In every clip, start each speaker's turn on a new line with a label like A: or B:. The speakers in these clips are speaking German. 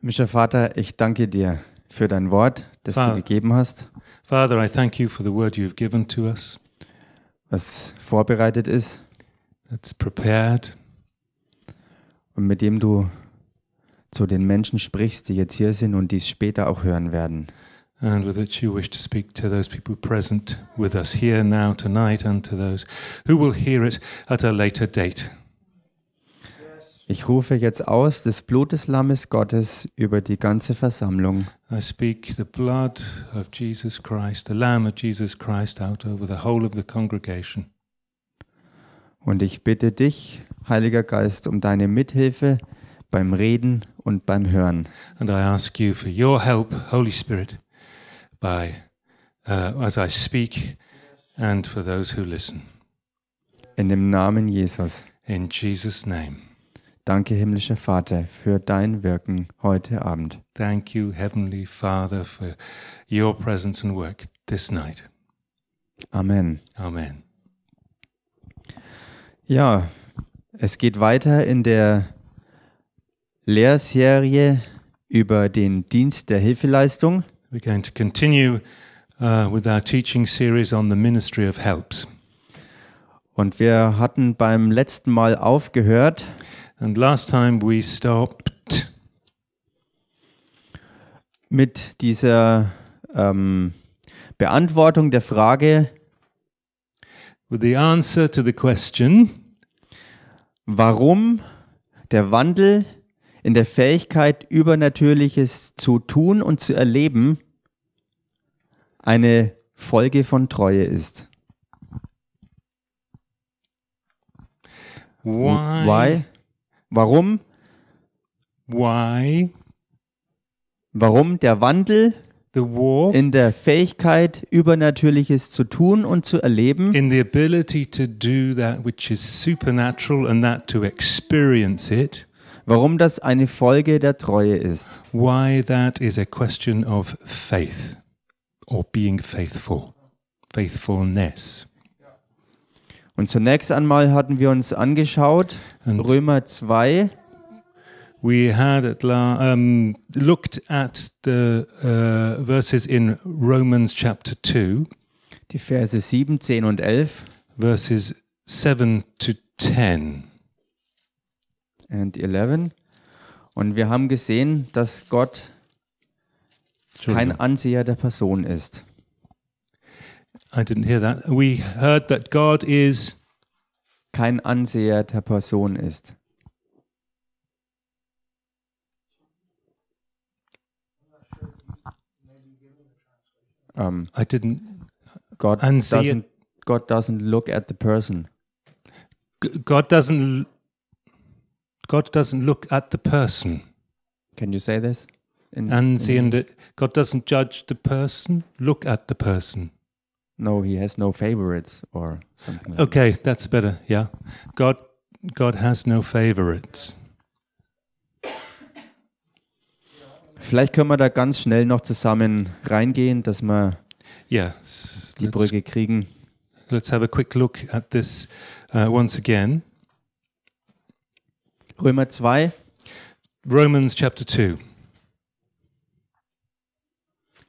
A: Mischer Vater, ich danke dir für dein Wort, das du
B: Vater.
A: gegeben hast,
B: Father, I thank you for the word you've given to us
A: was vorbereitet ist
B: that's prepared,
A: und mit dem du zu den Menschen sprichst, die jetzt hier sind und die es später auch hören werden.
B: and with which you wish to speak to those people present with us here now tonight and to those who will hear it at a later date.
A: Ich rufe jetzt aus das Blut des Lammes Gottes über die ganze Versammlung
B: I speak the blood of Jesus Christ, the Lamb of Jesus Christ, out over the whole of the congregation.
A: und ich bitte dich, Heiliger Geist, um deine Mithilfe beim Reden und beim Hören.
B: And I ask you for your help, Holy Spirit, by, uh, as I speak and for those who listen.
A: In dem Namen Jesus.
B: In Jesus' name.
A: Danke, himmlischer Vater, für dein Wirken heute Abend.
B: Thank you, Heavenly Father, for your presence and work this night.
A: Amen.
B: Amen.
A: Ja, es geht weiter in der Lehrserie über den Dienst der Hilfeleistung.
B: We're going to continue uh, with our teaching series on the ministry of helps.
A: Und wir hatten beim letzten Mal aufgehört
B: And last time we stopped
A: mit dieser ähm, Beantwortung der Frage,
B: with the answer to the question
A: warum der Wandel in der Fähigkeit, Übernatürliches zu tun und zu erleben, eine Folge von Treue ist.
B: why,
A: Mm, Why? Warum?
B: why
A: Warum der Wandel
B: the war
A: in der Fähigkeit, Übernatürliches zu tun und zu erleben,
B: in the ability to do that which is supernatural and that to experience it,
A: warum das eine Folge der Treue ist.
B: why that is a question of faith or being faithful, faithfulness.
A: Und zunächst einmal hatten wir uns angeschaut,
B: And
A: Römer 2,
B: we had at la- um, looked at the uh, verses in Romans chapter 2,
A: die Verse 7, 10 und 11.
B: verses 7 to 10.
A: and 11. Und wir haben gesehen, dass Gott kein
B: Entschuldigung,
A: Anseher der Person ist.
B: I didn't hear that. We heard that God is
A: Kein Anseher der Person ist. Ähm,
B: I didn't
A: Gott,
B: Anseher-
A: doesn't, Gott doesn't look at the person.
B: G- God doesn't l- God doesn't look at the person.
A: Can you say this? In,
B: And seeing that God doesn't judge the person, look at the person.
A: no, he has no favorites or something like
B: Okay, that's better. Yeah. God God has no favorites.
A: Vielleicht können wir da ganz schnell noch zusammen reingehen, dass wir
B: Yes.
A: die
B: let's
A: Brücke kriegen.
B: Let's have a quick look at this uh, once again.
A: Römer 2,
B: Romans chapter 2,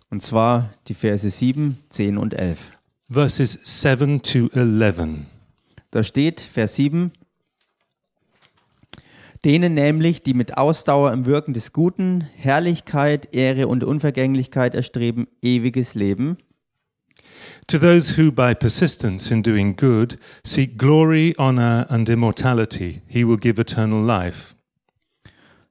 A: Und zwar die Verse 7, 10 und 11.
B: verses 7 to 11.
A: Da steht Vers 7. Denen nämlich, die mit Ausdauer im Wirken des Guten Herrlichkeit, Ehre und Unvergänglichkeit erstreben, ewiges Leben.
B: To those who by persistence in doing good seek glory, honor, and immortality, he will give eternal life.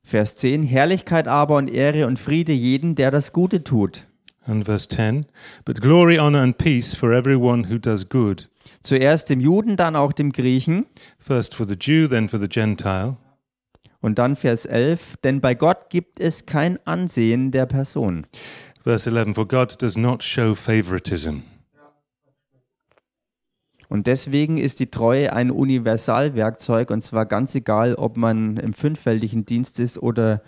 A: Vers 10. Herrlichkeit aber und Ehre und Friede jeden, der das Gute tut.
B: And verse 10 But glory, honor, and peace for everyone who does good,
A: Zuerst dem Juden, dann auch dem Griechen.
B: first for the Jew, then for the Gentile.
A: Und dann Vers 11. Denn bei Gott gibt es kein Ansehen der Person.
B: Verse 11 For God does not show favoritism.
A: Und deswegen ist die Treue ein Universalwerkzeug und zwar ganz egal, ob man im fünffältigen Dienst ist oder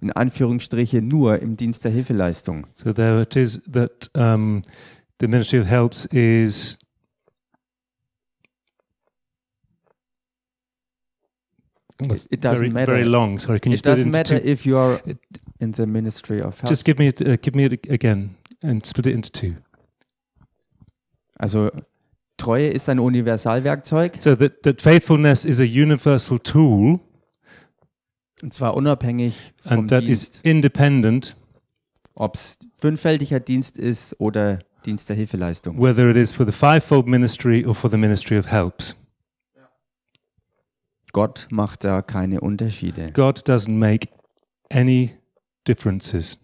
A: in Anführungsstriche nur im Dienst der Hilfeleistung.
B: So there it is that um, the Ministry of Helps is
A: It- it doesn't
B: very,
A: matter.
B: very long. Sorry, can you
A: It
B: split it
A: doesn't
B: into
A: matter
B: two?
A: if you are in the ministry of
B: Just
A: health.
B: give me it, uh, give me it again and split it into two.
A: Also Treue ist ein Universalwerkzeug
B: So that, that faithfulness is a universal tool
A: und zwar unabhängig vom
B: and that is
A: Dienst,
B: independent,
A: ob es fünffältiger Dienst ist oder Dienst der Hilfeleistung.
B: whether it is for the fivefold ministry or for the ministry of helps.
A: Gott macht da keine Unterschiede.
B: God doesn't make any differences.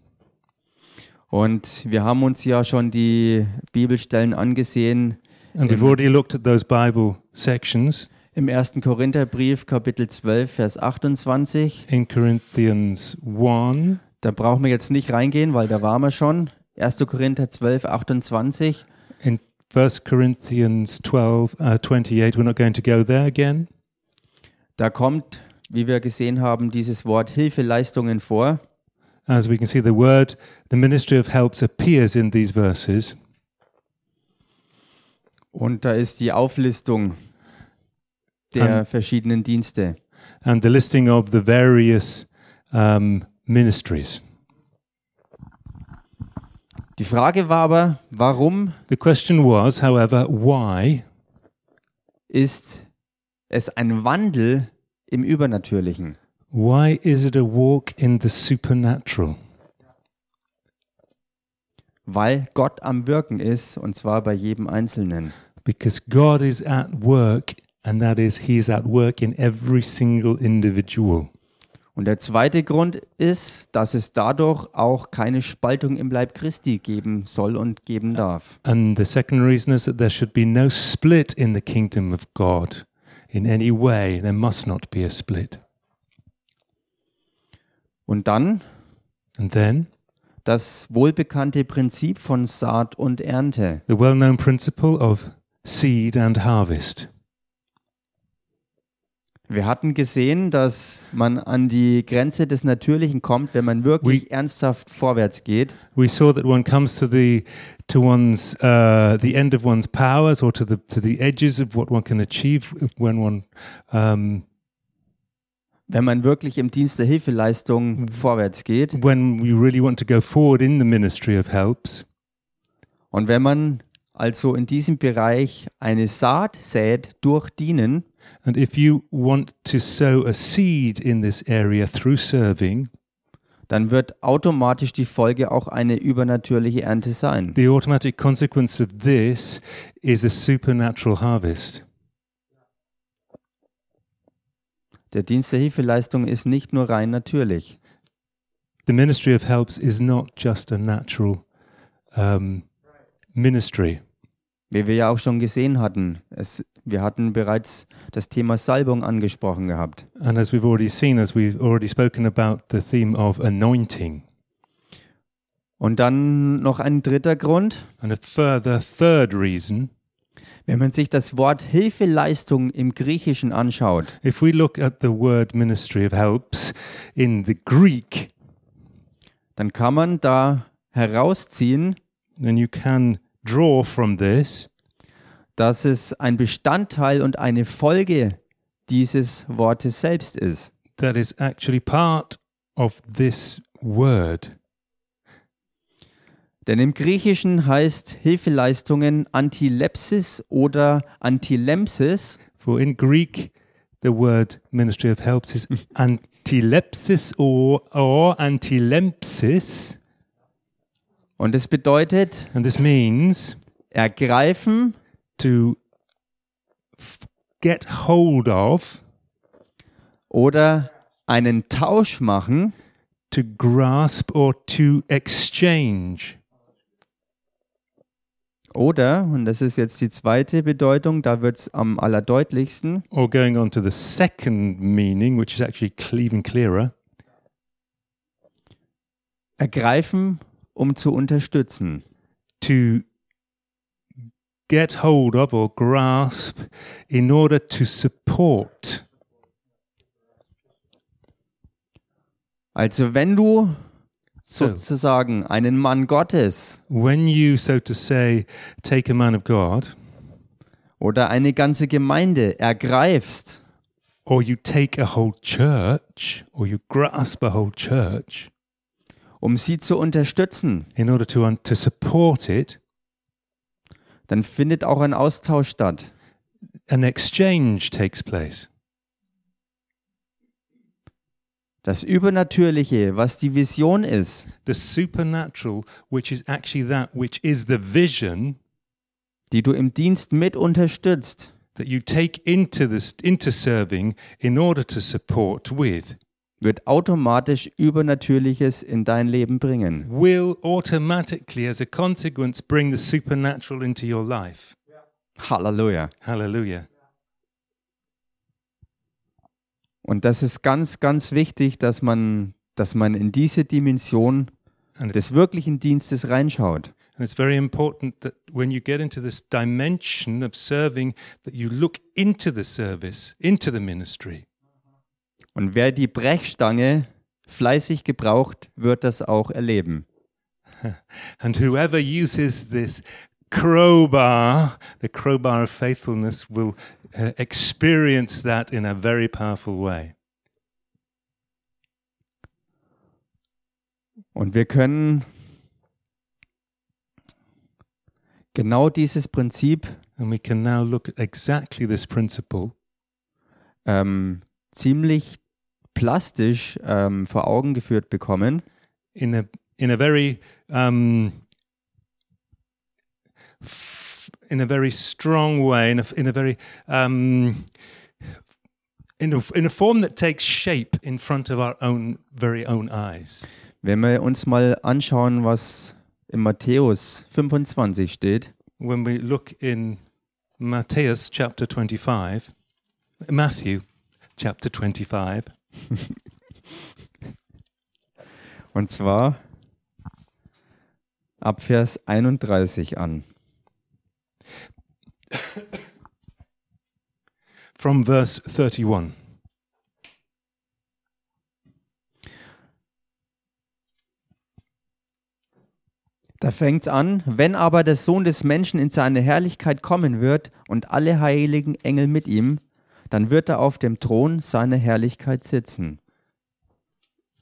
A: Und wir haben uns ja schon die Bibelstellen angesehen.
B: And we've already looked at those Bible sections
A: Im 1. Korintherbrief, Kapitel 12, Vers 28.
B: in Corinthians 1.
A: Da brauchen wir jetzt nicht reingehen, weil da waren wir schon. 1. Korinther 12, 28.
B: in 1 Corinthians 12, uh, 28, we're not going to go there again.
A: Da kommt, wie wir gesehen haben, dieses Wort Hilfeleistungen vor.
B: As we can see, the word, the ministry of helps appears in these verses.
A: Und da ist die Auflistung der
B: An-
A: verschiedenen Dienste.
B: and the listing of the various um, ministries.
A: Die Frage war aber, warum
B: The question was, however, why
A: ist es ein Wandel im Übernatürlichen?
B: why is it a walk in the supernatural?
A: Weil Gott am Wirken ist und zwar bei jedem Einzelnen.
B: Because God is at work, and that is, He is at work in every single individual.
A: Und der zweite Grund ist, dass es dadurch auch keine Spaltung im Leib Christi geben soll und geben darf.
B: And the second reason is that there should be no split in the kingdom of God in any way. There must not be a split.
A: Und dann
B: And then
A: das wohlbekannte Prinzip von Saat und Ernte.
B: the well known principle of seed and harvest.
A: Wir hatten gesehen, dass man an die Grenze des Natürlichen kommt, wenn man wirklich ernsthaft vorwärts geht.
B: We saw that one comes to the to one's uh, the end of one's powers or to the to the edges of what one can achieve when one um,
A: Wenn man wirklich im Dienst der Hilfeleistung vorwärts geht
B: when we really want to go forward in the ministry of helps.
A: und wenn man also in diesem Bereich eine Saat sät durch Dienen,
B: And if you want to sow a seed in this area through serving,
A: dann wird automatisch die Folge auch eine übernatürliche Ernte sein.
B: The automatic consequence of this is a supernatural harvest.
A: Der Dienst der Hilfeleistung ist nicht nur rein natürlich.
B: The ministry of helps is not just a natural um, ministry.
A: Wie wir ja auch schon gesehen hatten, es, wir hatten bereits das Thema Salbung angesprochen gehabt.
B: And as we've already seen, as we've already spoken about the theme of anointing.
A: Und dann noch ein dritter Grund.
B: And a further third reason,
A: Wenn man sich das Wort Hilfeleistung im Griechischen anschaut,
B: if we look at the word ministry of helps in the Greek,
A: dann kann man da herausziehen,
B: then you can draw from this
A: dass es ein Bestandteil und eine Folge dieses Wortes selbst ist.
B: that is actually part of this word.
A: Denn im Griechischen heißt Hilfeleistungen Antilepsis oder Antilempsis
B: For in Greek, the word ministry of helps is antilepsis or, or antilempsis.
A: und es bedeutet
B: And this means
A: ergreifen,
B: to f- get hold of,
A: oder einen Tausch machen
B: to grasp, or to exchange.
A: oder, und das ist jetzt die zweite Bedeutung, da wird es am allerdeutlichsten,
B: Or going on to the second meaning, which is actually cle- even clearer
A: ergreifen, um zu unterstützen.
B: to get hold of or grasp in order to support.
A: Also wenn du
B: So,
A: sozusagen einen Mann Gottes
B: when you, so to say, take a man of God,
A: oder eine ganze Gemeinde ergreifst,
B: or you take a whole church, or you grasp a whole church,
A: um sie zu unterstützen.
B: in order to, un- to support it,
A: Dann findet auch ein Austausch statt.
B: an exchange takes place.
A: Das Übernatürliche, was die Vision ist,
B: The supernatural, which is actually that which is the vision
A: die du im Dienst mit unterstützt,
B: that you take into this into serving in order to support with,
A: wird automatisch Übernatürliches in dein Leben bringen.
B: will automatically, as a consequence, bring the supernatural into your life.
A: Halleluja.
B: Hallelujah.
A: Und das ist ganz, ganz wichtig, dass man, dass man in diese Dimension
B: And it's,
A: des wirklichen Dienstes reinschaut.
B: and it's very important that when you get into this dimension of serving, that you look into the service, into the ministry.
A: Und wer die Brechstange fleißig gebraucht, wird das auch erleben.
B: And whoever uses this crowbar, the crowbar of faithfulness, will uh, experience that in a very powerful way.
A: Und wir können genau dieses Prinzip
B: And we can now look at exactly this principle
A: ähm, ziemlich plastisch ähm, vor Augen geführt bekommen,
B: in a in a very um, f- in a very strong way, in a in a very um, in a, in a form that takes shape in front of our own very own eyes.
A: wenn wir uns mal anschauen, was in Matthäus 25 steht.
B: When we look in Matthäus chapter twenty-five, Matthew chapter twenty-five,
A: Und zwar ab Vers 31 an.
B: from verse thirty-one.
A: Da fängt's an, wenn aber der Sohn des Menschen in seine Herrlichkeit kommen wird und alle heiligen Engel mit ihm, dann wird er auf dem Thron seiner Herrlichkeit sitzen.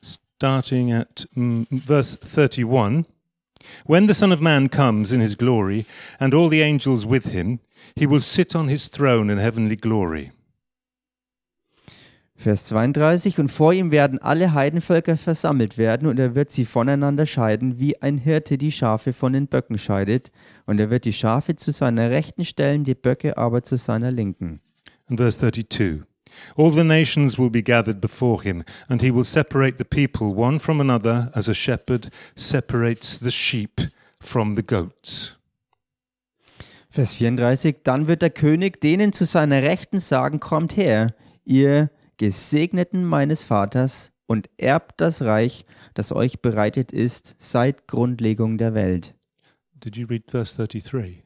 B: starting at mm, verse 31. When the Son of Man comes in his glory, and all the angels with him, he will sit on his throne in heavenly glory.
A: Vers 32, und vor ihm werden alle Heidenvölker versammelt werden, und er wird sie voneinander scheiden, wie ein Hirte die Schafe von den Böcken scheidet, und er wird die Schafe zu seiner Rechten stellen, die Böcke aber zu seiner Linken.
B: And verse 32. All the nations will be gathered before him, and he will separate the people one from another as a shepherd separates the sheep from the goats.
A: Vers 34, dann wird der König denen zu seiner Rechten sagen, kommt her, ihr Gesegneten meines Vaters, und erbt das Reich, das euch bereitet ist seit Grundlegung der Welt.
B: Did you read verse 33?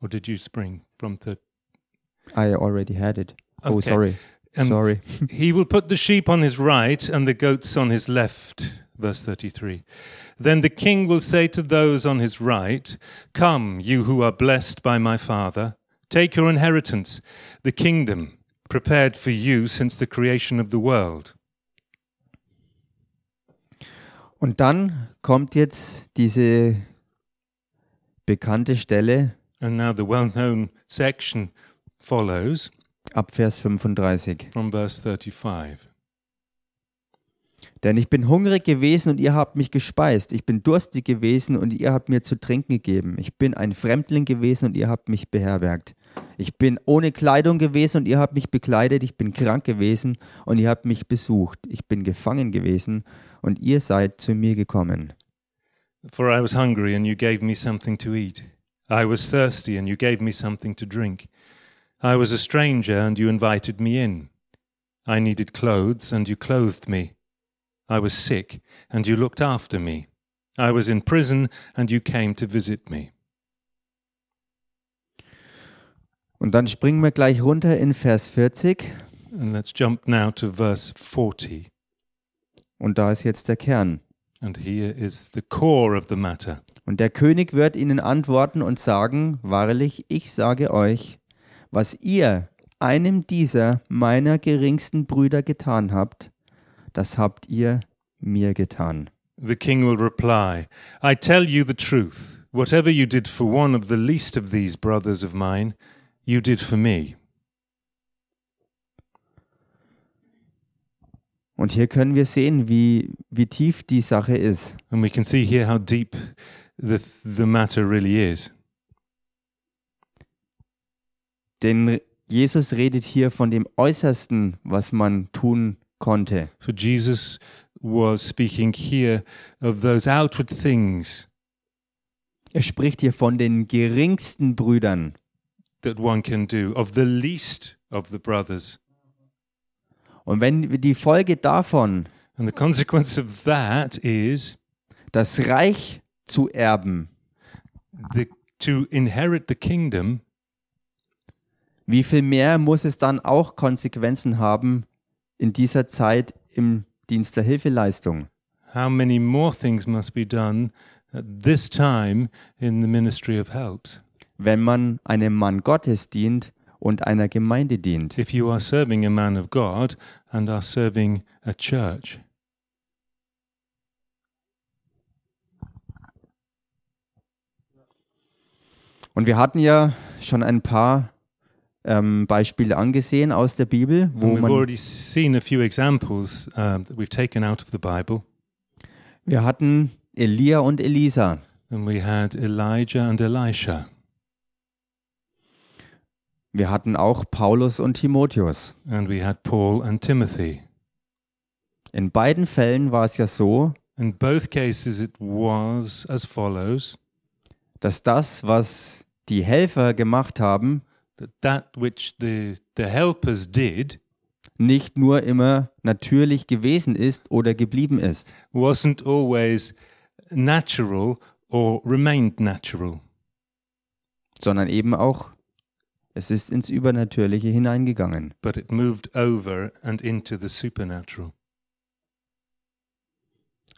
B: Or did you spring from the.
A: I already had it. Oh,
B: Okay.
A: sorry.
B: Um,
A: sorry.
B: He will put the sheep on his right and the goats on his left. Verse 33. Then the king will say to those on his right, Come, you who are blessed by my father, take your inheritance, the kingdom prepared for you since the creation of the world.
A: Und dann kommt jetzt diese bekannte Stelle
B: And now the well known section follows
A: ab Vers 35.
B: from verse 35.
A: Denn ich bin hungrig gewesen und ihr habt mich gespeist. Ich bin durstig gewesen und ihr habt mir zu trinken gegeben. Ich bin ein Fremdling gewesen und ihr habt mich beherbergt. Ich bin ohne Kleidung gewesen und ihr habt mich bekleidet. Ich bin krank gewesen und ihr habt mich besucht. Ich bin gefangen gewesen und ihr seid zu mir gekommen.
B: For I was hungry, and you gave me something to eat. I was thirsty, and you gave me something to drink. I was a stranger, and you invited me in. I needed clothes, and you clothed me. I was sick, and you looked after me. I was in prison, and you came to visit me.
A: Und dann springen wir gleich runter in Vers 40
B: And let's jump now to verse 40.
A: und da ist jetzt der Kern.
B: And here is the core of the matter.
A: Und der König wird ihnen antworten und sagen, wahrlich, ich sage euch, was ihr einem dieser meiner geringsten Brüder getan habt, das habt ihr mir getan?
B: The king will reply, I tell you the truth. Whatever you did for one of the least of these brothers of mine, you did for me.
A: Und hier können wir sehen, wie, wie tief die Sache ist.
B: And we can see here how deep the, the matter really is.
A: Denn Jesus redet hier von dem Äußersten, was man tun konnte.
B: For Jesus was speaking here of those outward things
A: Er spricht hier von den geringsten Brüdern.
B: that one can do, of the least of the brothers.
A: Und wenn wir die Folge davon,
B: And the consequence of that is
A: das Reich zu erben,
B: the, to inherit the kingdom,
A: wie viel mehr muss es dann auch Konsequenzen haben in dieser Zeit im Dienst der Hilfeleistung?
B: how many more things must be done at this time in the ministry of helps?
A: wenn man einem Mann Gottes dient und einer Gemeinde dient.
B: If you are serving a man of God and are serving a church,
A: Und wir hatten ja schon ein paar ähm, Beispiele angesehen aus der Bibel,
B: And
A: wo
B: we've
A: man,
B: already seen a few examples um, that we've taken out of the Bible.
A: wir hatten Elia und Elisa.
B: And we had Elijah and Elisha,
A: Wir hatten auch Paulus und Timotheus.
B: and we had Paul and Timothy.
A: In beiden Fällen war es ja so,
B: In both cases, it was as follows
A: dass das, was die Helfer gemacht haben,
B: that that which the, the helpers did
A: nicht nur immer natürlich gewesen ist oder geblieben ist.
B: wasn't always natural or remained natural,
A: sondern eben auch, es ist ins Übernatürliche hineingegangen.
B: but it moved over and into the supernatural.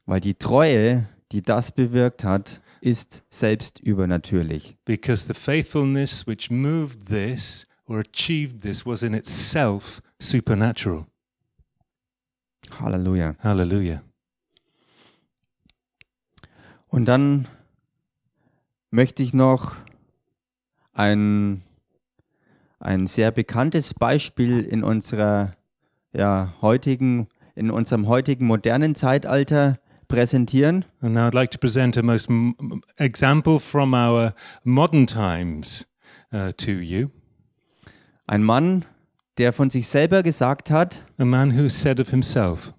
A: Weil die Treue, die das bewirkt hat, ist selbst übernatürlich.
B: Because the faithfulness which moved this or achieved this was in itself supernatural.
A: Halleluja.
B: Hallelujah.
A: Und dann möchte ich noch ein, ein sehr bekanntes Beispiel in unserer ja, heutigen, in unserem heutigen modernen Zeitalter präsentieren.
B: And now I'd like to present a most m- m- example from our modern times uh, to you.
A: Ein Mann, der von sich selber gesagt hat,
B: A man who said of himself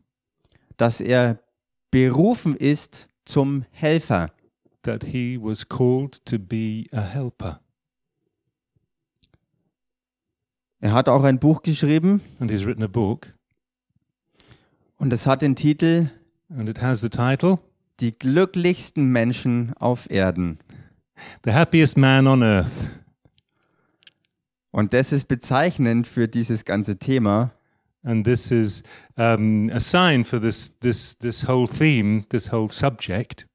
A: dass er berufen ist zum Helfer.
B: that he was called to be a helper.
A: Er hat auch ein Buch geschrieben
B: And he's written a book,
A: und es hat den Titel
B: and it has the title
A: Die glücklichsten Menschen auf Erden.
B: The Happiest Man on Earth.
A: Und das ist bezeichnend für dieses ganze Thema,
B: And this is um, a sign for this, this, this whole theme, this whole subject,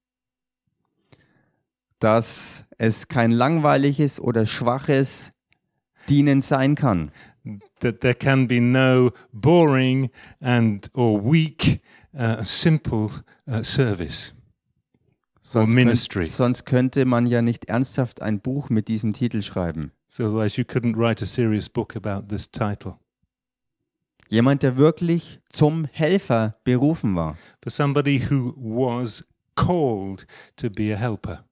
A: dass es kein langweiliges oder schwaches Dienen sein kann,
B: that there can be no boring and or weak, uh, simple uh, service.
A: sonst,
B: ministry.
A: Könnt, sonst könnte man ja nicht ernsthaft ein Buch mit diesem Titel schreiben.
B: So otherwise, you couldn't write a serious book about this title.
A: Jemand, der wirklich zum Helfer berufen war.
B: For somebody who was called to be a helper.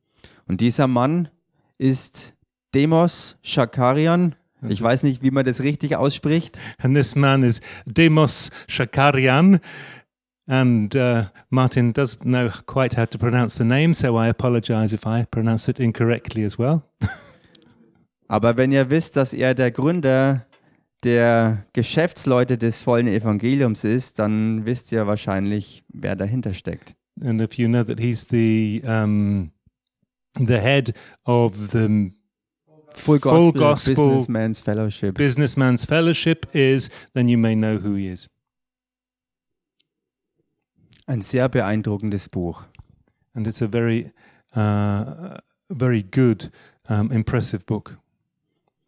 A: Und dieser Mann ist Demos Schakarian. Ich weiß nicht, wie man das richtig ausspricht.
B: And this man is Demos Shakarian. And uh, Martin doesn't know quite how to pronounce the name, so I apologize if I pronounce it incorrectly as well.
A: Aber wenn ihr wisst, dass er der Gründer der Geschäftsleute des vollen Evangeliums ist, dann wisst ihr wahrscheinlich, wer dahinter steckt.
B: And if you know that he's the um, the head of the
A: Full Gospel,
B: Full Gospel
A: Businessman's Fellowship.
B: Businessman's Fellowship is, then you may know who he is.
A: Ein sehr beeindruckendes Buch.
B: and it's a very uh, very good um, impressive book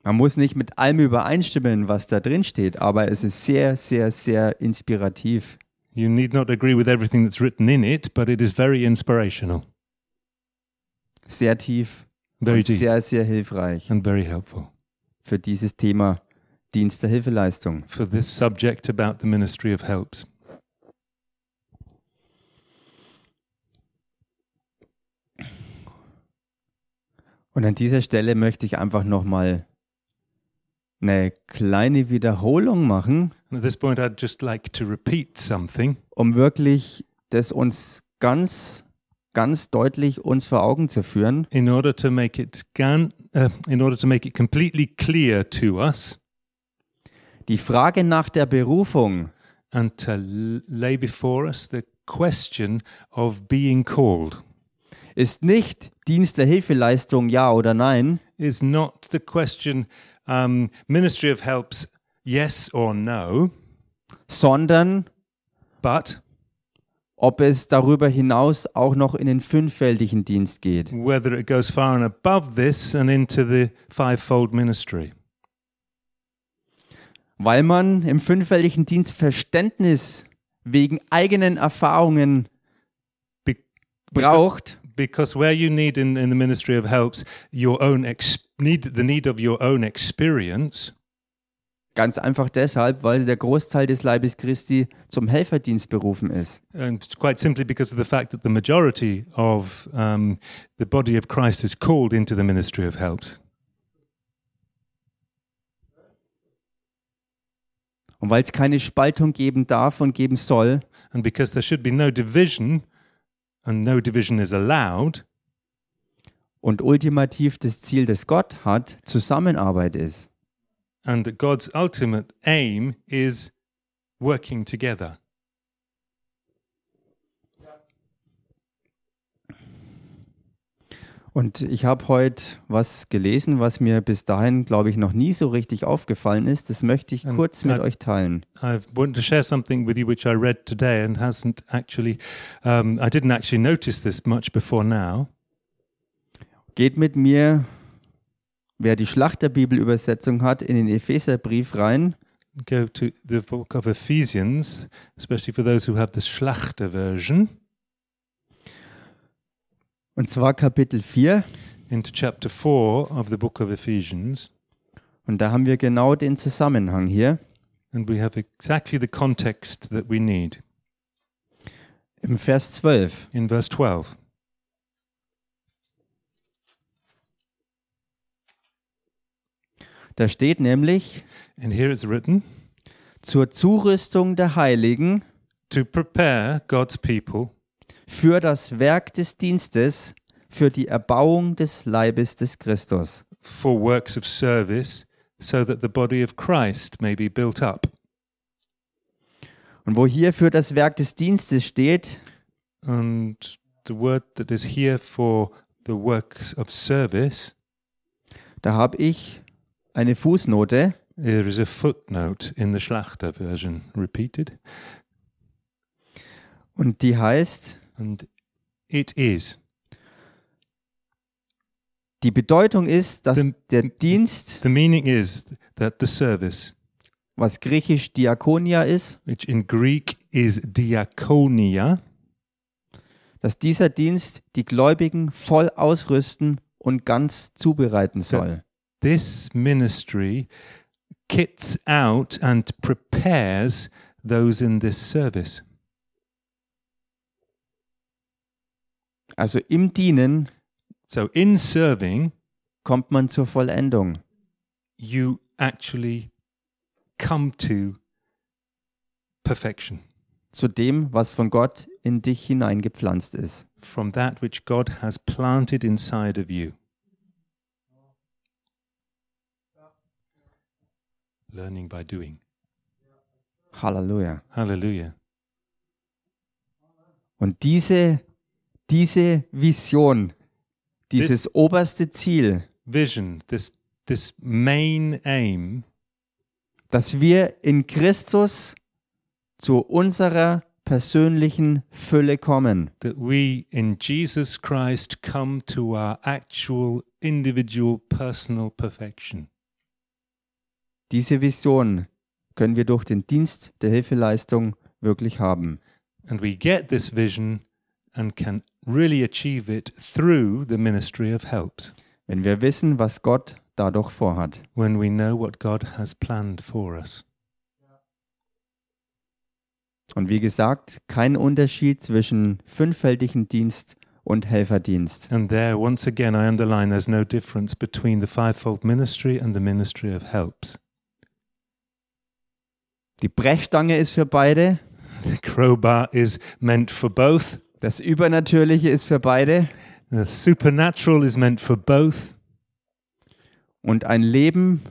A: Man muss nicht mit allem übereinstimmen, was da drin steht, aber es ist sehr, sehr, sehr inspirativ.
B: You need not agree with everything that's written in it, but it is very inspirational,
A: Sehr tief
B: very
A: und
B: deep,
A: sehr, sehr hilfreich
B: and very helpful.
A: für dieses Thema Dienst der Hilfeleistung.
B: for this subject about the ministry of helps.
A: Und an dieser Stelle möchte ich einfach nochmal eine kleine Wiederholung machen,
B: And at this point, I'd just like to repeat something
A: um wirklich das uns ganz, ganz deutlich uns vor Augen zu führen,
B: in order to make it gan- uh, in order to make it completely clear to us
A: die Frage nach der Berufung
B: and to l- lay before us the question of being called.
A: ist nicht Dienst der Hilfeleistung ja oder nein,
B: It's not the question um, ministry of helps yes or no,
A: sondern
B: but
A: ob es darüber hinaus auch noch in den fünffältigen Dienst geht.
B: whether it goes far and above this and into the fivefold ministry.
A: Weil man im fünffältigen Dienst Verständnis wegen eigenen Erfahrungen
B: Be-
A: braucht,
B: because where you need in, in the ministry of helps your own ex- need the need of your own experience
A: ganz einfach deshalb, weil der Großteil des Leibes Christi zum Helferdienst berufen ist.
B: and quite simply because of the fact that the majority of um, the body of christ is called into the ministry of helps
A: Und weil es keine Spaltung geben darf und geben soll,
B: and because there should be no division and no division is allowed
A: und ultimativ das Ziel, das Gott hat, Zusammenarbeit ist.
B: and that god's ultimate aim is working together
A: Und ich habe heute was gelesen, was mir bis dahin, glaube ich, noch nie so richtig aufgefallen ist. Das möchte ich
B: Ähm,
A: kurz mit
B: äh,
A: euch teilen.
B: I wanted to share something with you which I read today and hasn't actually, um, I didn't actually notice this much before now,
A: Geht mit mir, wer die Schlachterbibelübersetzung hat, in den Epheserbrief rein.
B: go to the book of Ephesians, especially for those who have the Schlachter version,
A: Und zwar Kapitel 4.
B: into chapter 4 of the book of Ephesians.
A: Und da haben wir genau den Zusammenhang hier.
B: And we have exactly the context that we need
A: Im Vers 12.
B: in verse 12.
A: Da steht nämlich,
B: And here it's written
A: zur Zurüstung der Heiligen
B: to prepare God's people
A: für das Werk des Dienstes, für die Erbauung des Leibes des Christus.
B: for works of service so that the body of Christ may be built up.
A: Und wo hier für das Werk des Dienstes steht,
B: And the word that is here for the works of service,
A: da habe ich eine Fußnote.
B: there is a footnote in the Schlachter version repeated.
A: Und die heißt,
B: And it is.
A: die Bedeutung ist, dass
B: Dem-
A: der Dienst,
B: The meaning is that the service,
A: was griechisch Diakonia ist,
B: which in Greek is diakonia,
A: dass dieser Dienst die Gläubigen voll ausrüsten und ganz zubereiten soll.
B: this ministry kits out and prepares those in this service.
A: Also im Dienen
B: So in serving,
A: kommt man zur Vollendung.
B: you actually come to perfection.
A: zu dem, was von Gott in dich hineingepflanzt ist.
B: from that which God has planted inside of you. Learning by doing.
A: Halleluja.
B: Hallelujah.
A: Und diese, diese Vision, dieses oberste Ziel,
B: Vision, this, this main aim
A: dass wir in Christus zu unserer persönlichen Fülle kommen,
B: that we in Jesus Christ come to our actual individual personal perfection.
A: diese Vision können wir durch den Dienst der Hilfeleistung wirklich haben.
B: And we get this vision and can really achieve it through the ministry of helps
A: Wenn wir wissen, was Gott dadurch vorhat.
B: when we know what God has planned for us.
A: Und wie gesagt, kein Unterschied zwischen fünffältigen Dienst und Helferdienst.
B: And there, once again, I underline there's no difference between the fivefold ministry and the ministry of helps.
A: Die Brechstange ist für beide,
B: The crowbar is meant for both,
A: das Übernatürliche ist für beide
B: the supernatural is meant for both,
A: und ein Leben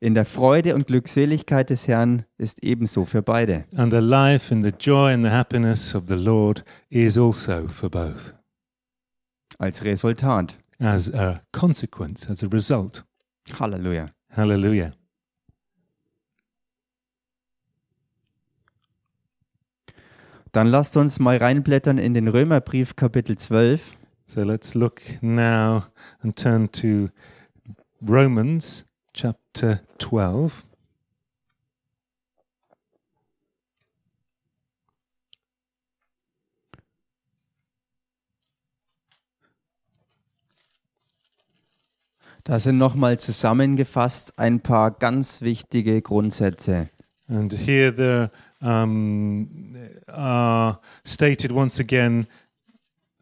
A: in der Freude und Glückseligkeit des Herrn ist ebenso für beide.
B: and the life in the joy and the happiness of the Lord is also for both,
A: Als Resultat.
B: as a consequence, as a result.
A: Halleluja.
B: Hallelujah.
A: Dann lasst uns mal reinblättern in den Römerbrief Kapitel 12.
B: So let's look now and turn to Romans chapter 12.
A: Da sind nochmal zusammengefasst ein paar ganz wichtige Grundsätze.
B: And here there um, are stated once again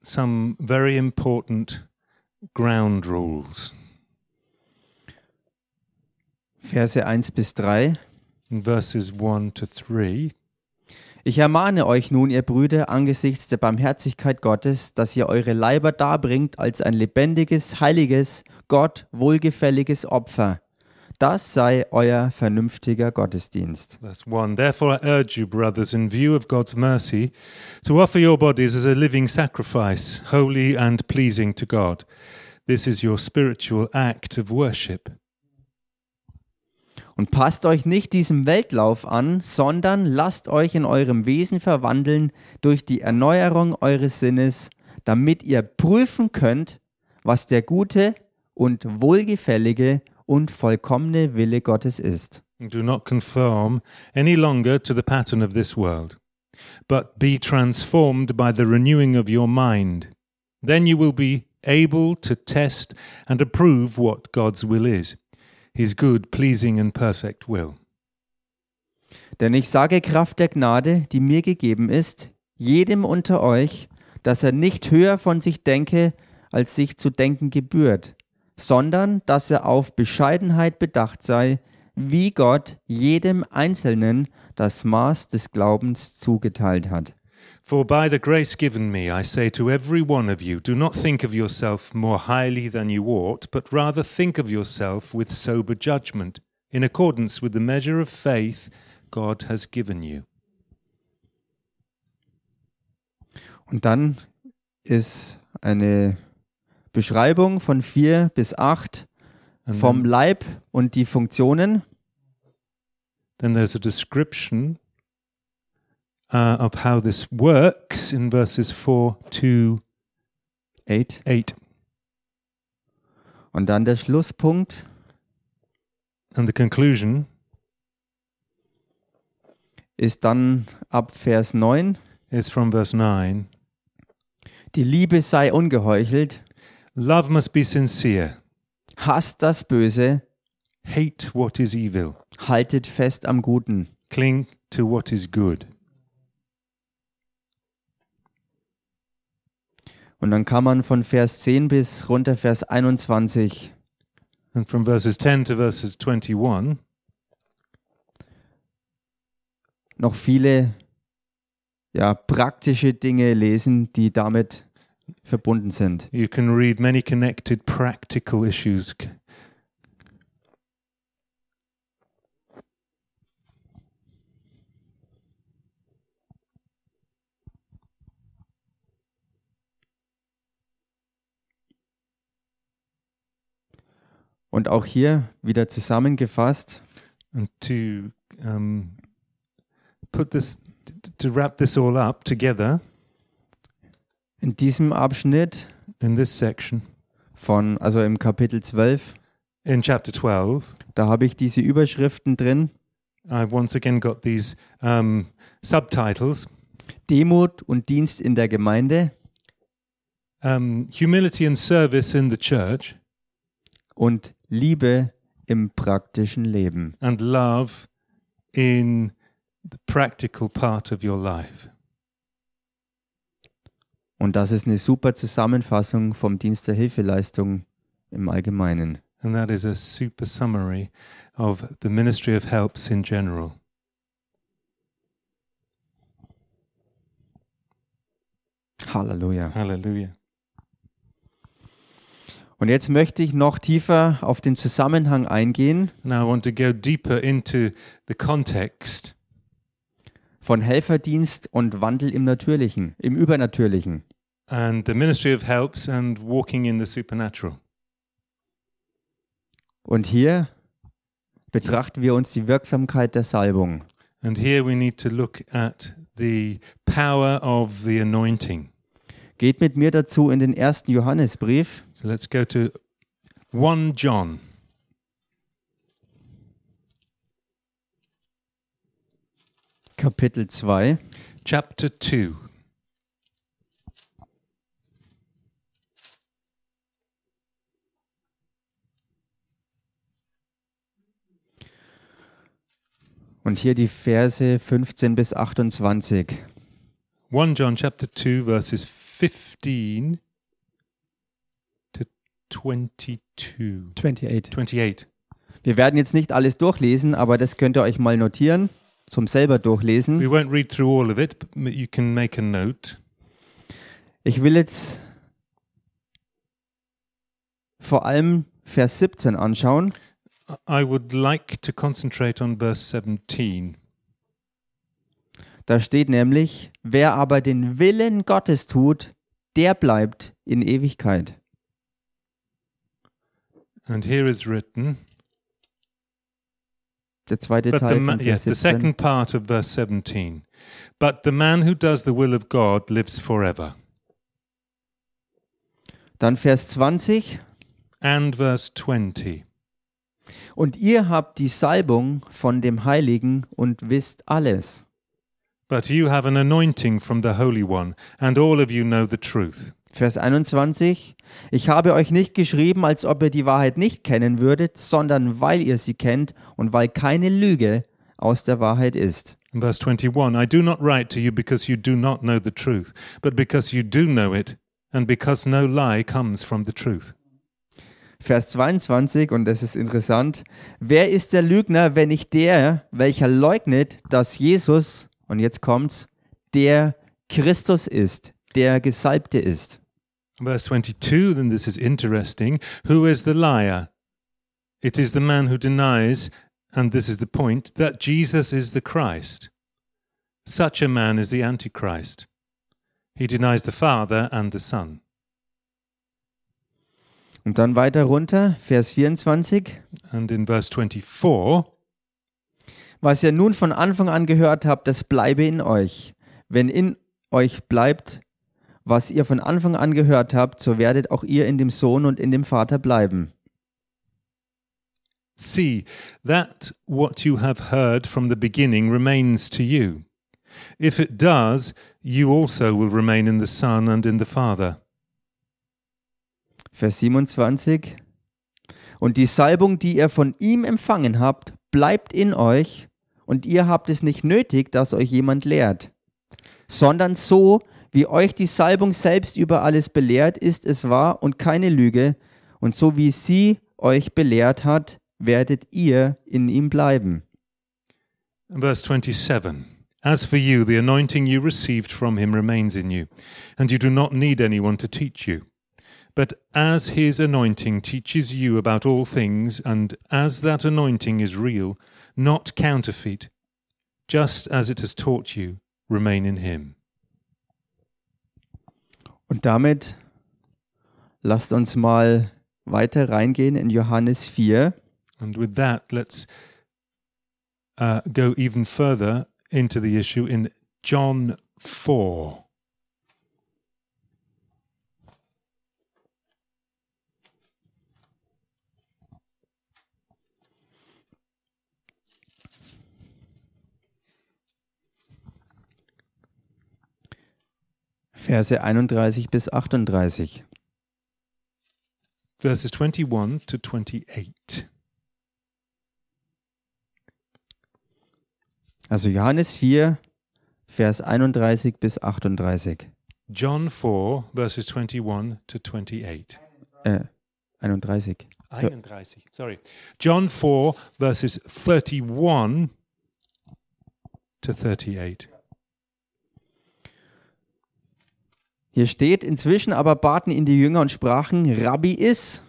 B: some very important ground rules.
A: Verse 1 bis 3.
B: In verses 1 to 3,
A: Ich ermahne euch nun, ihr Brüder, angesichts der Barmherzigkeit Gottes, dass ihr eure Leiber darbringt als ein lebendiges, heiliges, Gott wohlgefälliges Opfer. Das sei euer vernünftiger Gottesdienst.
B: verse 1 Therefore I urge you, brothers, in view of God's mercy, to offer your bodies as a living sacrifice, holy and pleasing to God. This is your spiritual act of worship.
A: Und passt euch nicht diesem Weltlauf an, sondern lasst euch in eurem Wesen verwandeln durch die Erneuerung eures Sinnes, damit ihr prüfen könnt, was der gute und wohlgefällige und vollkommene Wille Gottes ist.
B: Do not conform any longer to the pattern of this world, but be transformed by the renewing of your mind. Then you will be able to test and approve what God's will is, his good, pleasing, and perfect will.
A: Denn ich sage Kraft der Gnade, die mir gegeben ist, jedem unter euch, dass er nicht höher von sich denke, als sich zu denken gebührt, sondern dass er auf Bescheidenheit bedacht sei, wie Gott jedem Einzelnen das Maß des Glaubens zugeteilt hat.
B: For by the grace given me, I say to every one of you, do not think of yourself more highly than you ought, but rather think of yourself with sober judgment, in accordance with the measure of faith God has given you.
A: Und dann ist eine Beschreibung von 4 bis 8
B: And
A: vom Leib und die Funktionen.
B: Then there's a description uh, of how this works in verses 4 to
A: 8.
B: 8.
A: Und dann der Schlusspunkt.
B: And the conclusion
A: ist dann ab Vers 9.
B: is from verse 9
A: Die Liebe sei ungeheuchelt,
B: Love must be sincere,
A: hasst das Böse,
B: hate what is evil,
A: haltet fest am Guten.
B: cling to what is good.
A: Und dann kann man von Vers 10 bis runter Vers 21
B: And from verses 10 to verses 21,
A: noch viele ja, praktische Dinge lesen, die damit verbunden sind.
B: you can read many connected practical issues.
A: Und auch hier wieder zusammengefasst,
B: And to um, put this, to wrap this all up together
A: in diesem Abschnitt
B: in this section,
A: von, also im Kapitel 12,
B: in chapter 12,
A: da habe ich diese Überschriften drin.
B: I've once again got these um, subtitles
A: Demut und Dienst in der Gemeinde
B: um, Humility and Service in the Church,
A: und Liebe im praktischen Leben
B: and love in the practical part of your life.
A: und das ist eine super Zusammenfassung vom Dienst der Hilfeleistung im Allgemeinen.
B: And that is a super summary of the ministry of helps in general.
A: Halleluja.
B: Hallelujah.
A: Und jetzt möchte ich noch tiefer auf den Zusammenhang eingehen
B: Now I want to go deeper into the context
A: von Helferdienst und Wandel im Natürlichen, im Übernatürlichen.
B: and the ministry of helps and walking in the supernatural.
A: Und hier betrachten wir uns die Wirksamkeit der Salbung.
B: And here we need to look at the power of the anointing.
A: Geht mit mir dazu in den ersten Johannesbrief,
B: So let's go to 1 John.
A: Kapitel 2.
B: chapter 2.
A: Und hier die Verse 15 bis 28.
B: 1 John chapter 2, verses 15 to 22.
A: 28.
B: 28.
A: Wir werden jetzt nicht alles durchlesen, aber das könnt ihr euch mal notieren, zum selber durchlesen.
B: We won't read through all of it, but you can make a note.
A: Ich will jetzt vor allem Vers 17 anschauen.
B: I would like to concentrate on verse 17.
A: Da steht nämlich, wer aber den Willen Gottes tut, der bleibt in Ewigkeit.
B: And here is written,
A: Der zweite
B: but the,
A: Teil
B: ma-
A: von Vers
B: yes, the
A: 17.
B: second part of verse 17. But the man who does the will of God lives forever.
A: Dann Vers 20.
B: And verse 20.
A: Und ihr habt die Salbung von dem Heiligen und wisst alles.
B: But you have an anointing from the Holy One, and all of you know the truth.
A: Vers 21. Ich habe euch nicht geschrieben, als ob ihr die Wahrheit nicht kennen würdet, sondern weil ihr sie kennt und weil keine Lüge aus der Wahrheit ist.
B: And verse 21 I do not write to you because you do not know the truth, but because you do know it, and because no lie comes from the truth.
A: Vers 22, und das ist interessant. Wer ist der Lügner, wenn nicht der, welcher leugnet, dass Jesus, und jetzt kommt's, der Christus ist, der Gesalbte ist?
B: Verse 22, then this is interesting. Who is the liar? It is the man who denies, and this is the point, that Jesus is the Christ. Such a man is the Antichrist. He denies the Father and the Son.
A: Und dann weiter runter, Vers 24.
B: And in verse 24,
A: Was ihr nun von Anfang an gehört habt, das bleibe in euch. Wenn in euch bleibt, was ihr von Anfang an gehört habt, so werdet auch ihr in dem Sohn und in dem Vater bleiben.
B: See that what you have heard from the beginning remains to you. If it does, you also will remain in the Son and in the Father.
A: Vers 27. Und die Salbung, die ihr von ihm empfangen habt, bleibt in euch, und ihr habt es nicht nötig, dass euch jemand lehrt. Sondern so, wie euch die Salbung selbst über alles belehrt, ist es wahr und keine Lüge, und so wie sie euch belehrt hat, werdet ihr in ihm bleiben.
B: And Verse 27 As for you, the anointing you received from him remains in you, and you do not need anyone to teach you. But as his anointing teaches you about all things, and as that anointing is real, not counterfeit, just as it has taught you, remain in him.
A: Und damit lasst uns mal weiter reingehen in Johannes 4.
B: And with that, let's uh, go even further into the issue in John 4.
A: Verse 31 bis 38.
B: verses 21 to 28.
A: Also Johannes 4, Vers 31 bis 38.
B: John 4, verses 21 to 28.
A: Äh, 31.
B: 31, sorry. John 4, verses 31 to 38.
A: Hier steht, inzwischen aber baten ihn die Jünger und sprachen, Rabbi ist.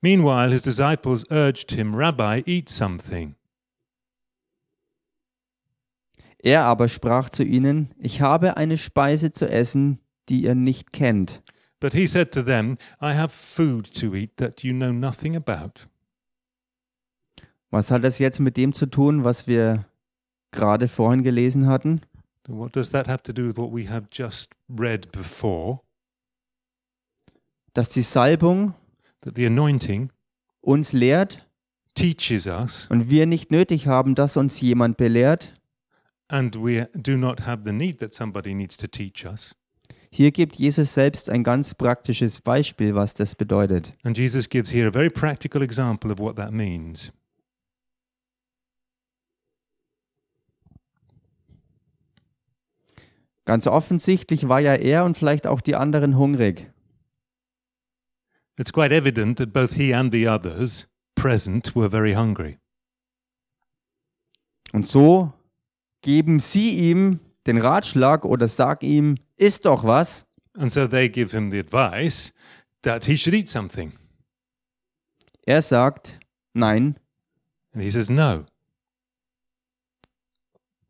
B: Meanwhile, his disciples urged him, Rabbi, eat something.
A: Er aber sprach zu ihnen, ich habe eine Speise zu essen, die ihr nicht kennt.
B: But he said to them, I have food to eat that you know nothing about.
A: Was hat das jetzt mit dem zu tun, was wir gerade vorhin gelesen hatten?
B: What does that have to do with what we have just read before?
A: Dass die Salbung
B: That the anointing
A: uns lehrt
B: teaches us
A: und wir nicht nötig haben, dass uns jemand belehrt.
B: and we do not have the need that somebody needs to teach us.
A: Hier gibt Jesus selbst ein ganz praktisches Beispiel, was das bedeutet.
B: And Jesus gives here a very practical example of what that means.
A: Ganz offensichtlich war ja er und vielleicht auch die anderen hungrig.
B: It's quite evident that both he and the others present were very hungry.
A: Und so geben sie ihm den Ratschlag oder sag ihm, isst doch was.
B: And so they give him the advice that he should eat something.
A: Er sagt, nein,
B: And he says, No,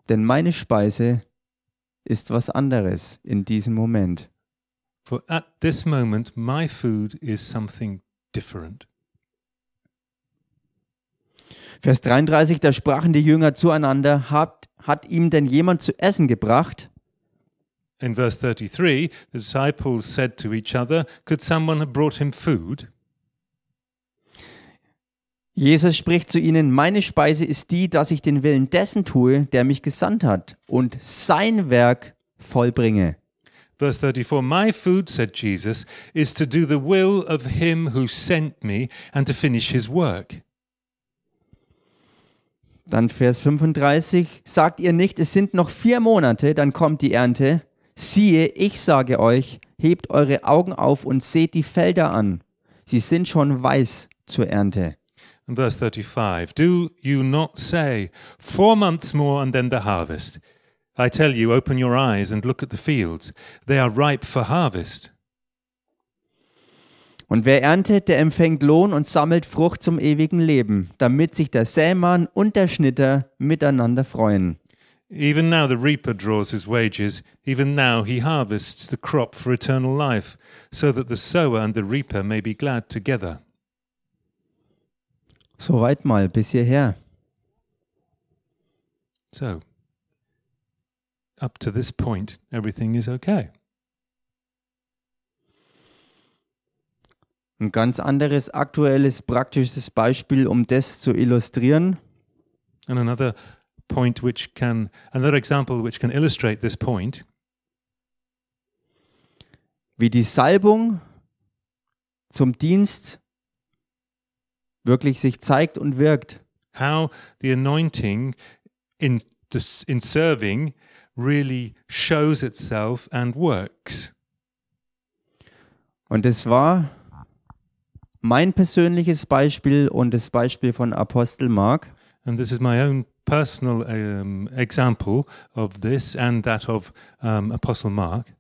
A: denn meine Speise ist was anderes in diesem Moment.
B: for at this moment, my food is something different.
A: Vers 33, da sprachen die Jünger zueinander, hat, hat ihm denn jemand zu essen gebracht?
B: In verse 33, the disciples said to each other, Could someone have brought him food?
A: Jesus spricht zu ihnen, meine Speise ist die, dass ich den Willen dessen tue, der mich gesandt hat und sein Werk vollbringe.
B: Verse 34 My food, said Jesus, is to do the will of him who sent me and to finish his work.
A: Dann Vers 35, sagt ihr nicht, es sind noch vier Monate, dann kommt die Ernte. Siehe, ich sage euch, hebt eure Augen auf und seht die Felder an. Sie sind schon weiß zur Ernte.
B: And verse 35 Do you not say, Four months more and then the harvest? I tell you, open your eyes and look at the fields. They are ripe for harvest.
A: Und wer erntet, der empfängt Lohn und sammelt Frucht zum ewigen Leben, damit sich der Sämann und der Schnitter miteinander freuen.
B: Even now the reaper draws his wages. Even now he harvests the crop for eternal life, so that the sower and the reaper may be glad together.
A: Soweit mal bis hierher.
B: So, up to this point, everything is okay.
A: Ein ganz anderes aktuelles praktisches Beispiel, um das zu illustrieren,
B: And another point which can, another example which can illustrate this point
A: wie die Salbung zum Dienst wirklich sich zeigt und wirkt.
B: how the anointing in, the, in serving really shows itself and works.
A: Und es war mein persönliches Beispiel und das Beispiel von Apostel Mark.
B: And this is my own personal um, example of this and that of um, Apostle Mark.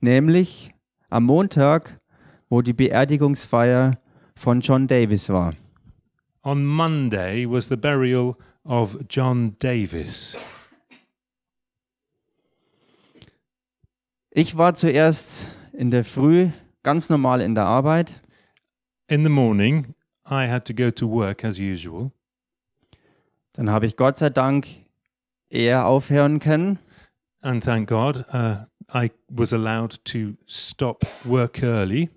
A: nämlich am Montag, wo die Beerdigungsfeier von John Davis war.
B: On Monday was the burial of John Davis.
A: Ich war zuerst in der Früh ganz normal in der Arbeit
B: In the morning, I had to go to work as usual.
A: Dann habe ich Gott sei Dank eher aufhören können.
B: And thank God, uh, I was allowed to stop work early.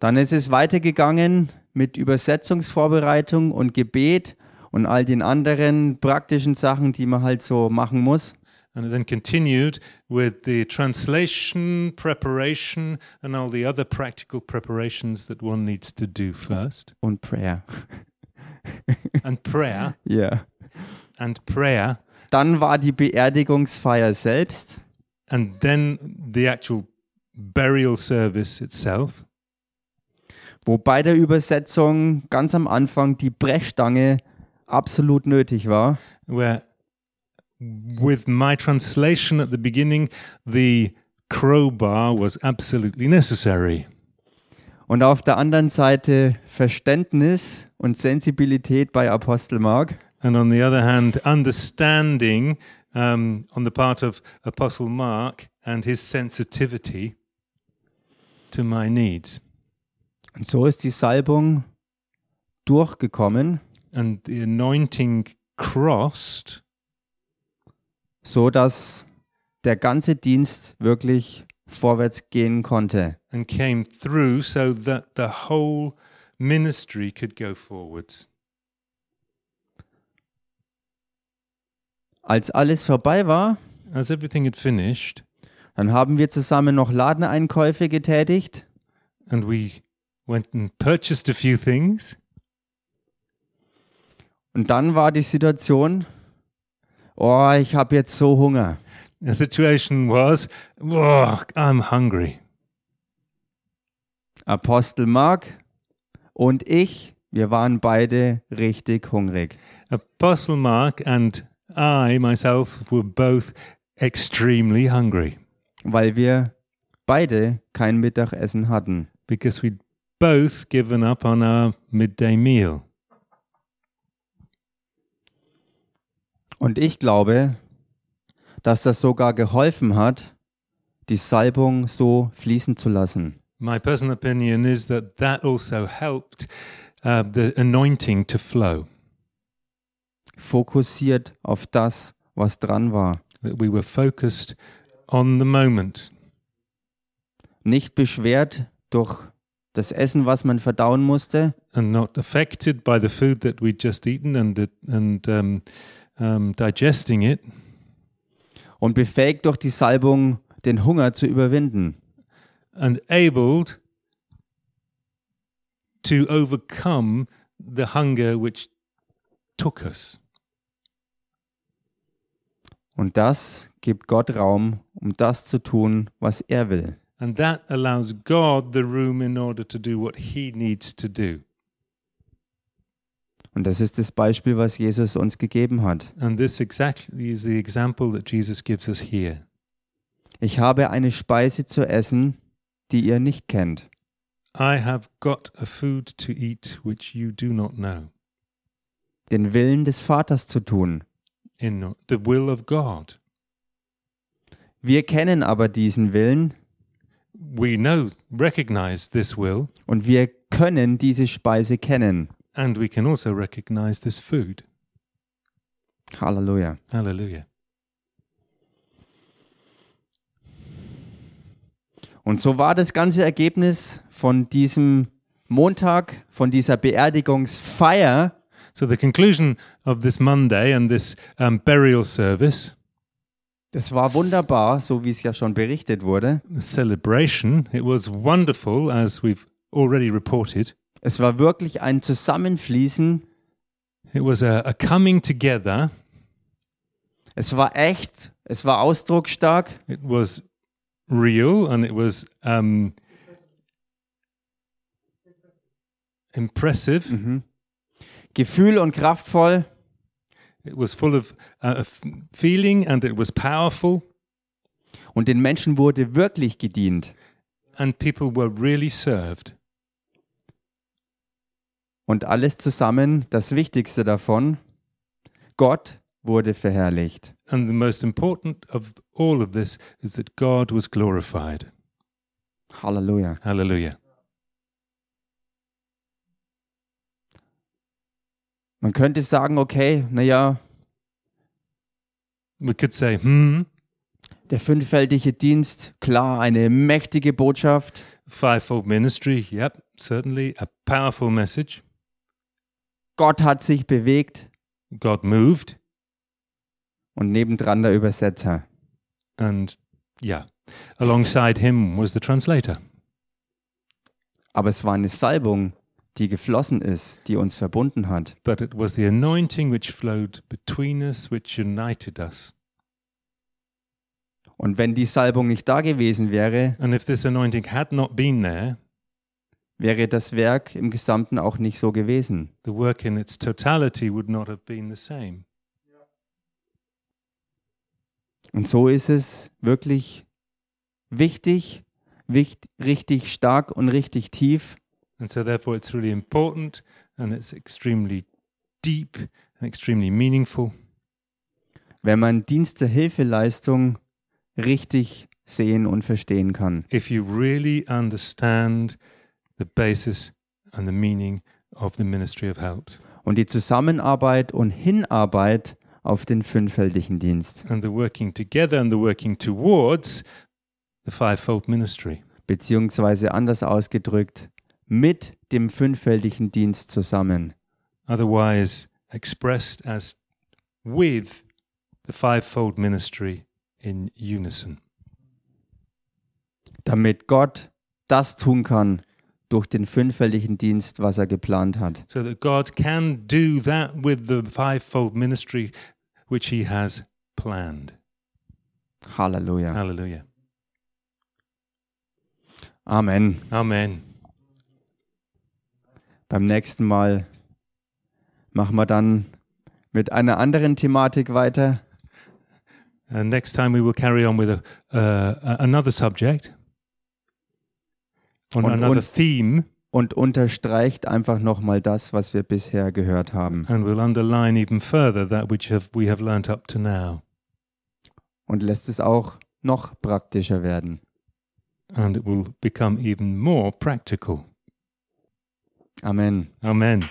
A: Dann ist es weitergegangen mit Übersetzungsvorbereitung und Gebet und all den anderen praktischen Sachen, die man halt so machen muss.
B: And it then continued with the translation, preparation, and all the other practical preparations that one needs to do first.
A: Und Prayer.
B: And prayer,
A: Ja.
B: and prayer,
A: Dann war die Beerdigungsfeier selbst.
B: and then the actual burial service itself.
A: wo bei der Übersetzung ganz am Anfang die Brechstange absolut nötig war.
B: where with my translation at the beginning the crowbar was absolutely necessary
A: Und auf der anderen Seite Verständnis und Sensibilität bei Apostel Mark.
B: and on the other hand understanding um, on the part of apostle mark and his sensitivity to my needs
A: Und so ist die Salbung durchgekommen,
B: and the anointing crossed
A: so dass der ganze Dienst wirklich vorwärts gehen konnte.
B: and came through so that the whole ministry could go forwards
A: Als alles vorbei war,
B: as everything had finished
A: dann haben wir zusammen noch Ladeneinkäufe getätigt
B: and we went and purchased a few things
A: und dann war die Situation, oh, ich habe jetzt so Hunger.
B: The situation was, "Whoa, I'm hungry.
A: Apostel Mark und ich, wir waren beide richtig hungrig.
B: Apostle Mark and I myself were both extremely hungry
A: Weil wir beide kein Mittagessen hatten.
B: because we'd both given up on our midday meal.
A: Und ich glaube, dass das sogar geholfen hat, die Salbung so fließen zu lassen.
B: My personal opinion is that that also helped uh, the anointing to flow,
A: Fokussiert auf das, was dran war.
B: that we were focused on the moment,
A: Nicht beschwert durch das Essen, was man verdauen musste,
B: and not affected by the food that we'd just eaten and and um, um, digesting it,
A: und befähigt durch die Salbung, den Hunger zu überwinden.
B: and abled to overcome the hunger which took us.
A: Und das gibt Gott Raum, um das zu tun, was er will.
B: And that allows God the room in order to do what he needs to do.
A: Und das ist das Beispiel, was Jesus uns gegeben hat.
B: And this exactly is the example that Jesus gives us here.
A: Ich habe eine Speise zu essen, die ihr nicht kennt.
B: I have got a food to eat which you do not know,
A: Den Willen des Vaters zu tun.
B: in the will of God.
A: Wir kennen aber diesen Willen
B: We know, recognize this will,
A: und wir können diese Speise kennen.
B: and we can also recognize this food.
A: Halleluja.
B: Hallelujah.
A: Und so war das ganze Ergebnis von diesem Montag, von dieser Beerdigungsfeier,
B: So the conclusion of this Monday and this um, burial service,
A: das war wunderbar, so wie es ja schon berichtet wurde.
B: the celebration, it was wonderful as we've already reported.
A: Es war wirklich ein Zusammenfließen
B: It was a, a coming together.
A: Es war echt, es war ausdrucksstark,
B: It was real and it was um, impressive.
A: gefühl- und kraftvoll.
B: It was full of uh, of feeling and it was powerful.
A: Und den Menschen wurde wirklich gedient.
B: And people were really served.
A: Und alles zusammen, das Wichtigste davon, Gott wurde verherrlicht.
B: And the most important of all of this is that God was glorified.
A: Halleluja.
B: Hallelujah.
A: Man könnte sagen, okay, naja,
B: We could say, hmm,
A: der fünffältige Dienst, klar, eine mächtige Botschaft,
B: fivefold ministry. Yep, certainly a powerful message.
A: Gott hat sich bewegt,
B: God moved,
A: Und nebendran der Übersetzer.
B: and yeah, alongside him was the translator.
A: Aber es war eine Salbung, die geflossen ist, die uns verbunden hat.
B: But it was the anointing which flowed between us which united us.
A: Und wenn die Salbung nicht da gewesen wäre,
B: And if this anointing had not been there,
A: wäre das Werk im Gesamten auch nicht so gewesen.
B: the work in its totality would not have been the same.
A: Und so ist es wirklich wichtig, wicht, richtig stark und richtig tief,
B: And so, therefore, it's really important and it's extremely deep and extremely meaningful
A: wenn man Dienst zur Hilfeleistung richtig sehen und verstehen kann.
B: if you really understand the basis and the meaning of the ministry of helps
A: Und die Zusammenarbeit und Hinarbeit auf den fünffältigen Dienst,
B: and the working together and the working towards the fivefold ministry.
A: beziehungsweise anders ausgedrückt, mit dem fünffältigen Dienst zusammen.
B: otherwise expressed as with the fivefold ministry in unison,
A: damit Gott das tun kann durch den fünffältigen Dienst, was er geplant hat.
B: so that God can do that with the fivefold ministry which He has planned.
A: Halleluja.
B: Hallelujah.
A: Amen.
B: Amen.
A: Beim nächsten Mal machen wir dann mit einer anderen Thematik weiter.
B: And next time we will carry on with a, uh, another subject on
A: Und-
B: another
A: und-
B: theme,
A: Und unterstreicht einfach nochmal das, was wir bisher gehört haben.
B: and we'll underline even further that which have, we have learnt up to now,
A: Und lässt es auch noch praktischer werden.
B: and it will become even more practical.
A: Amen.
B: Amen.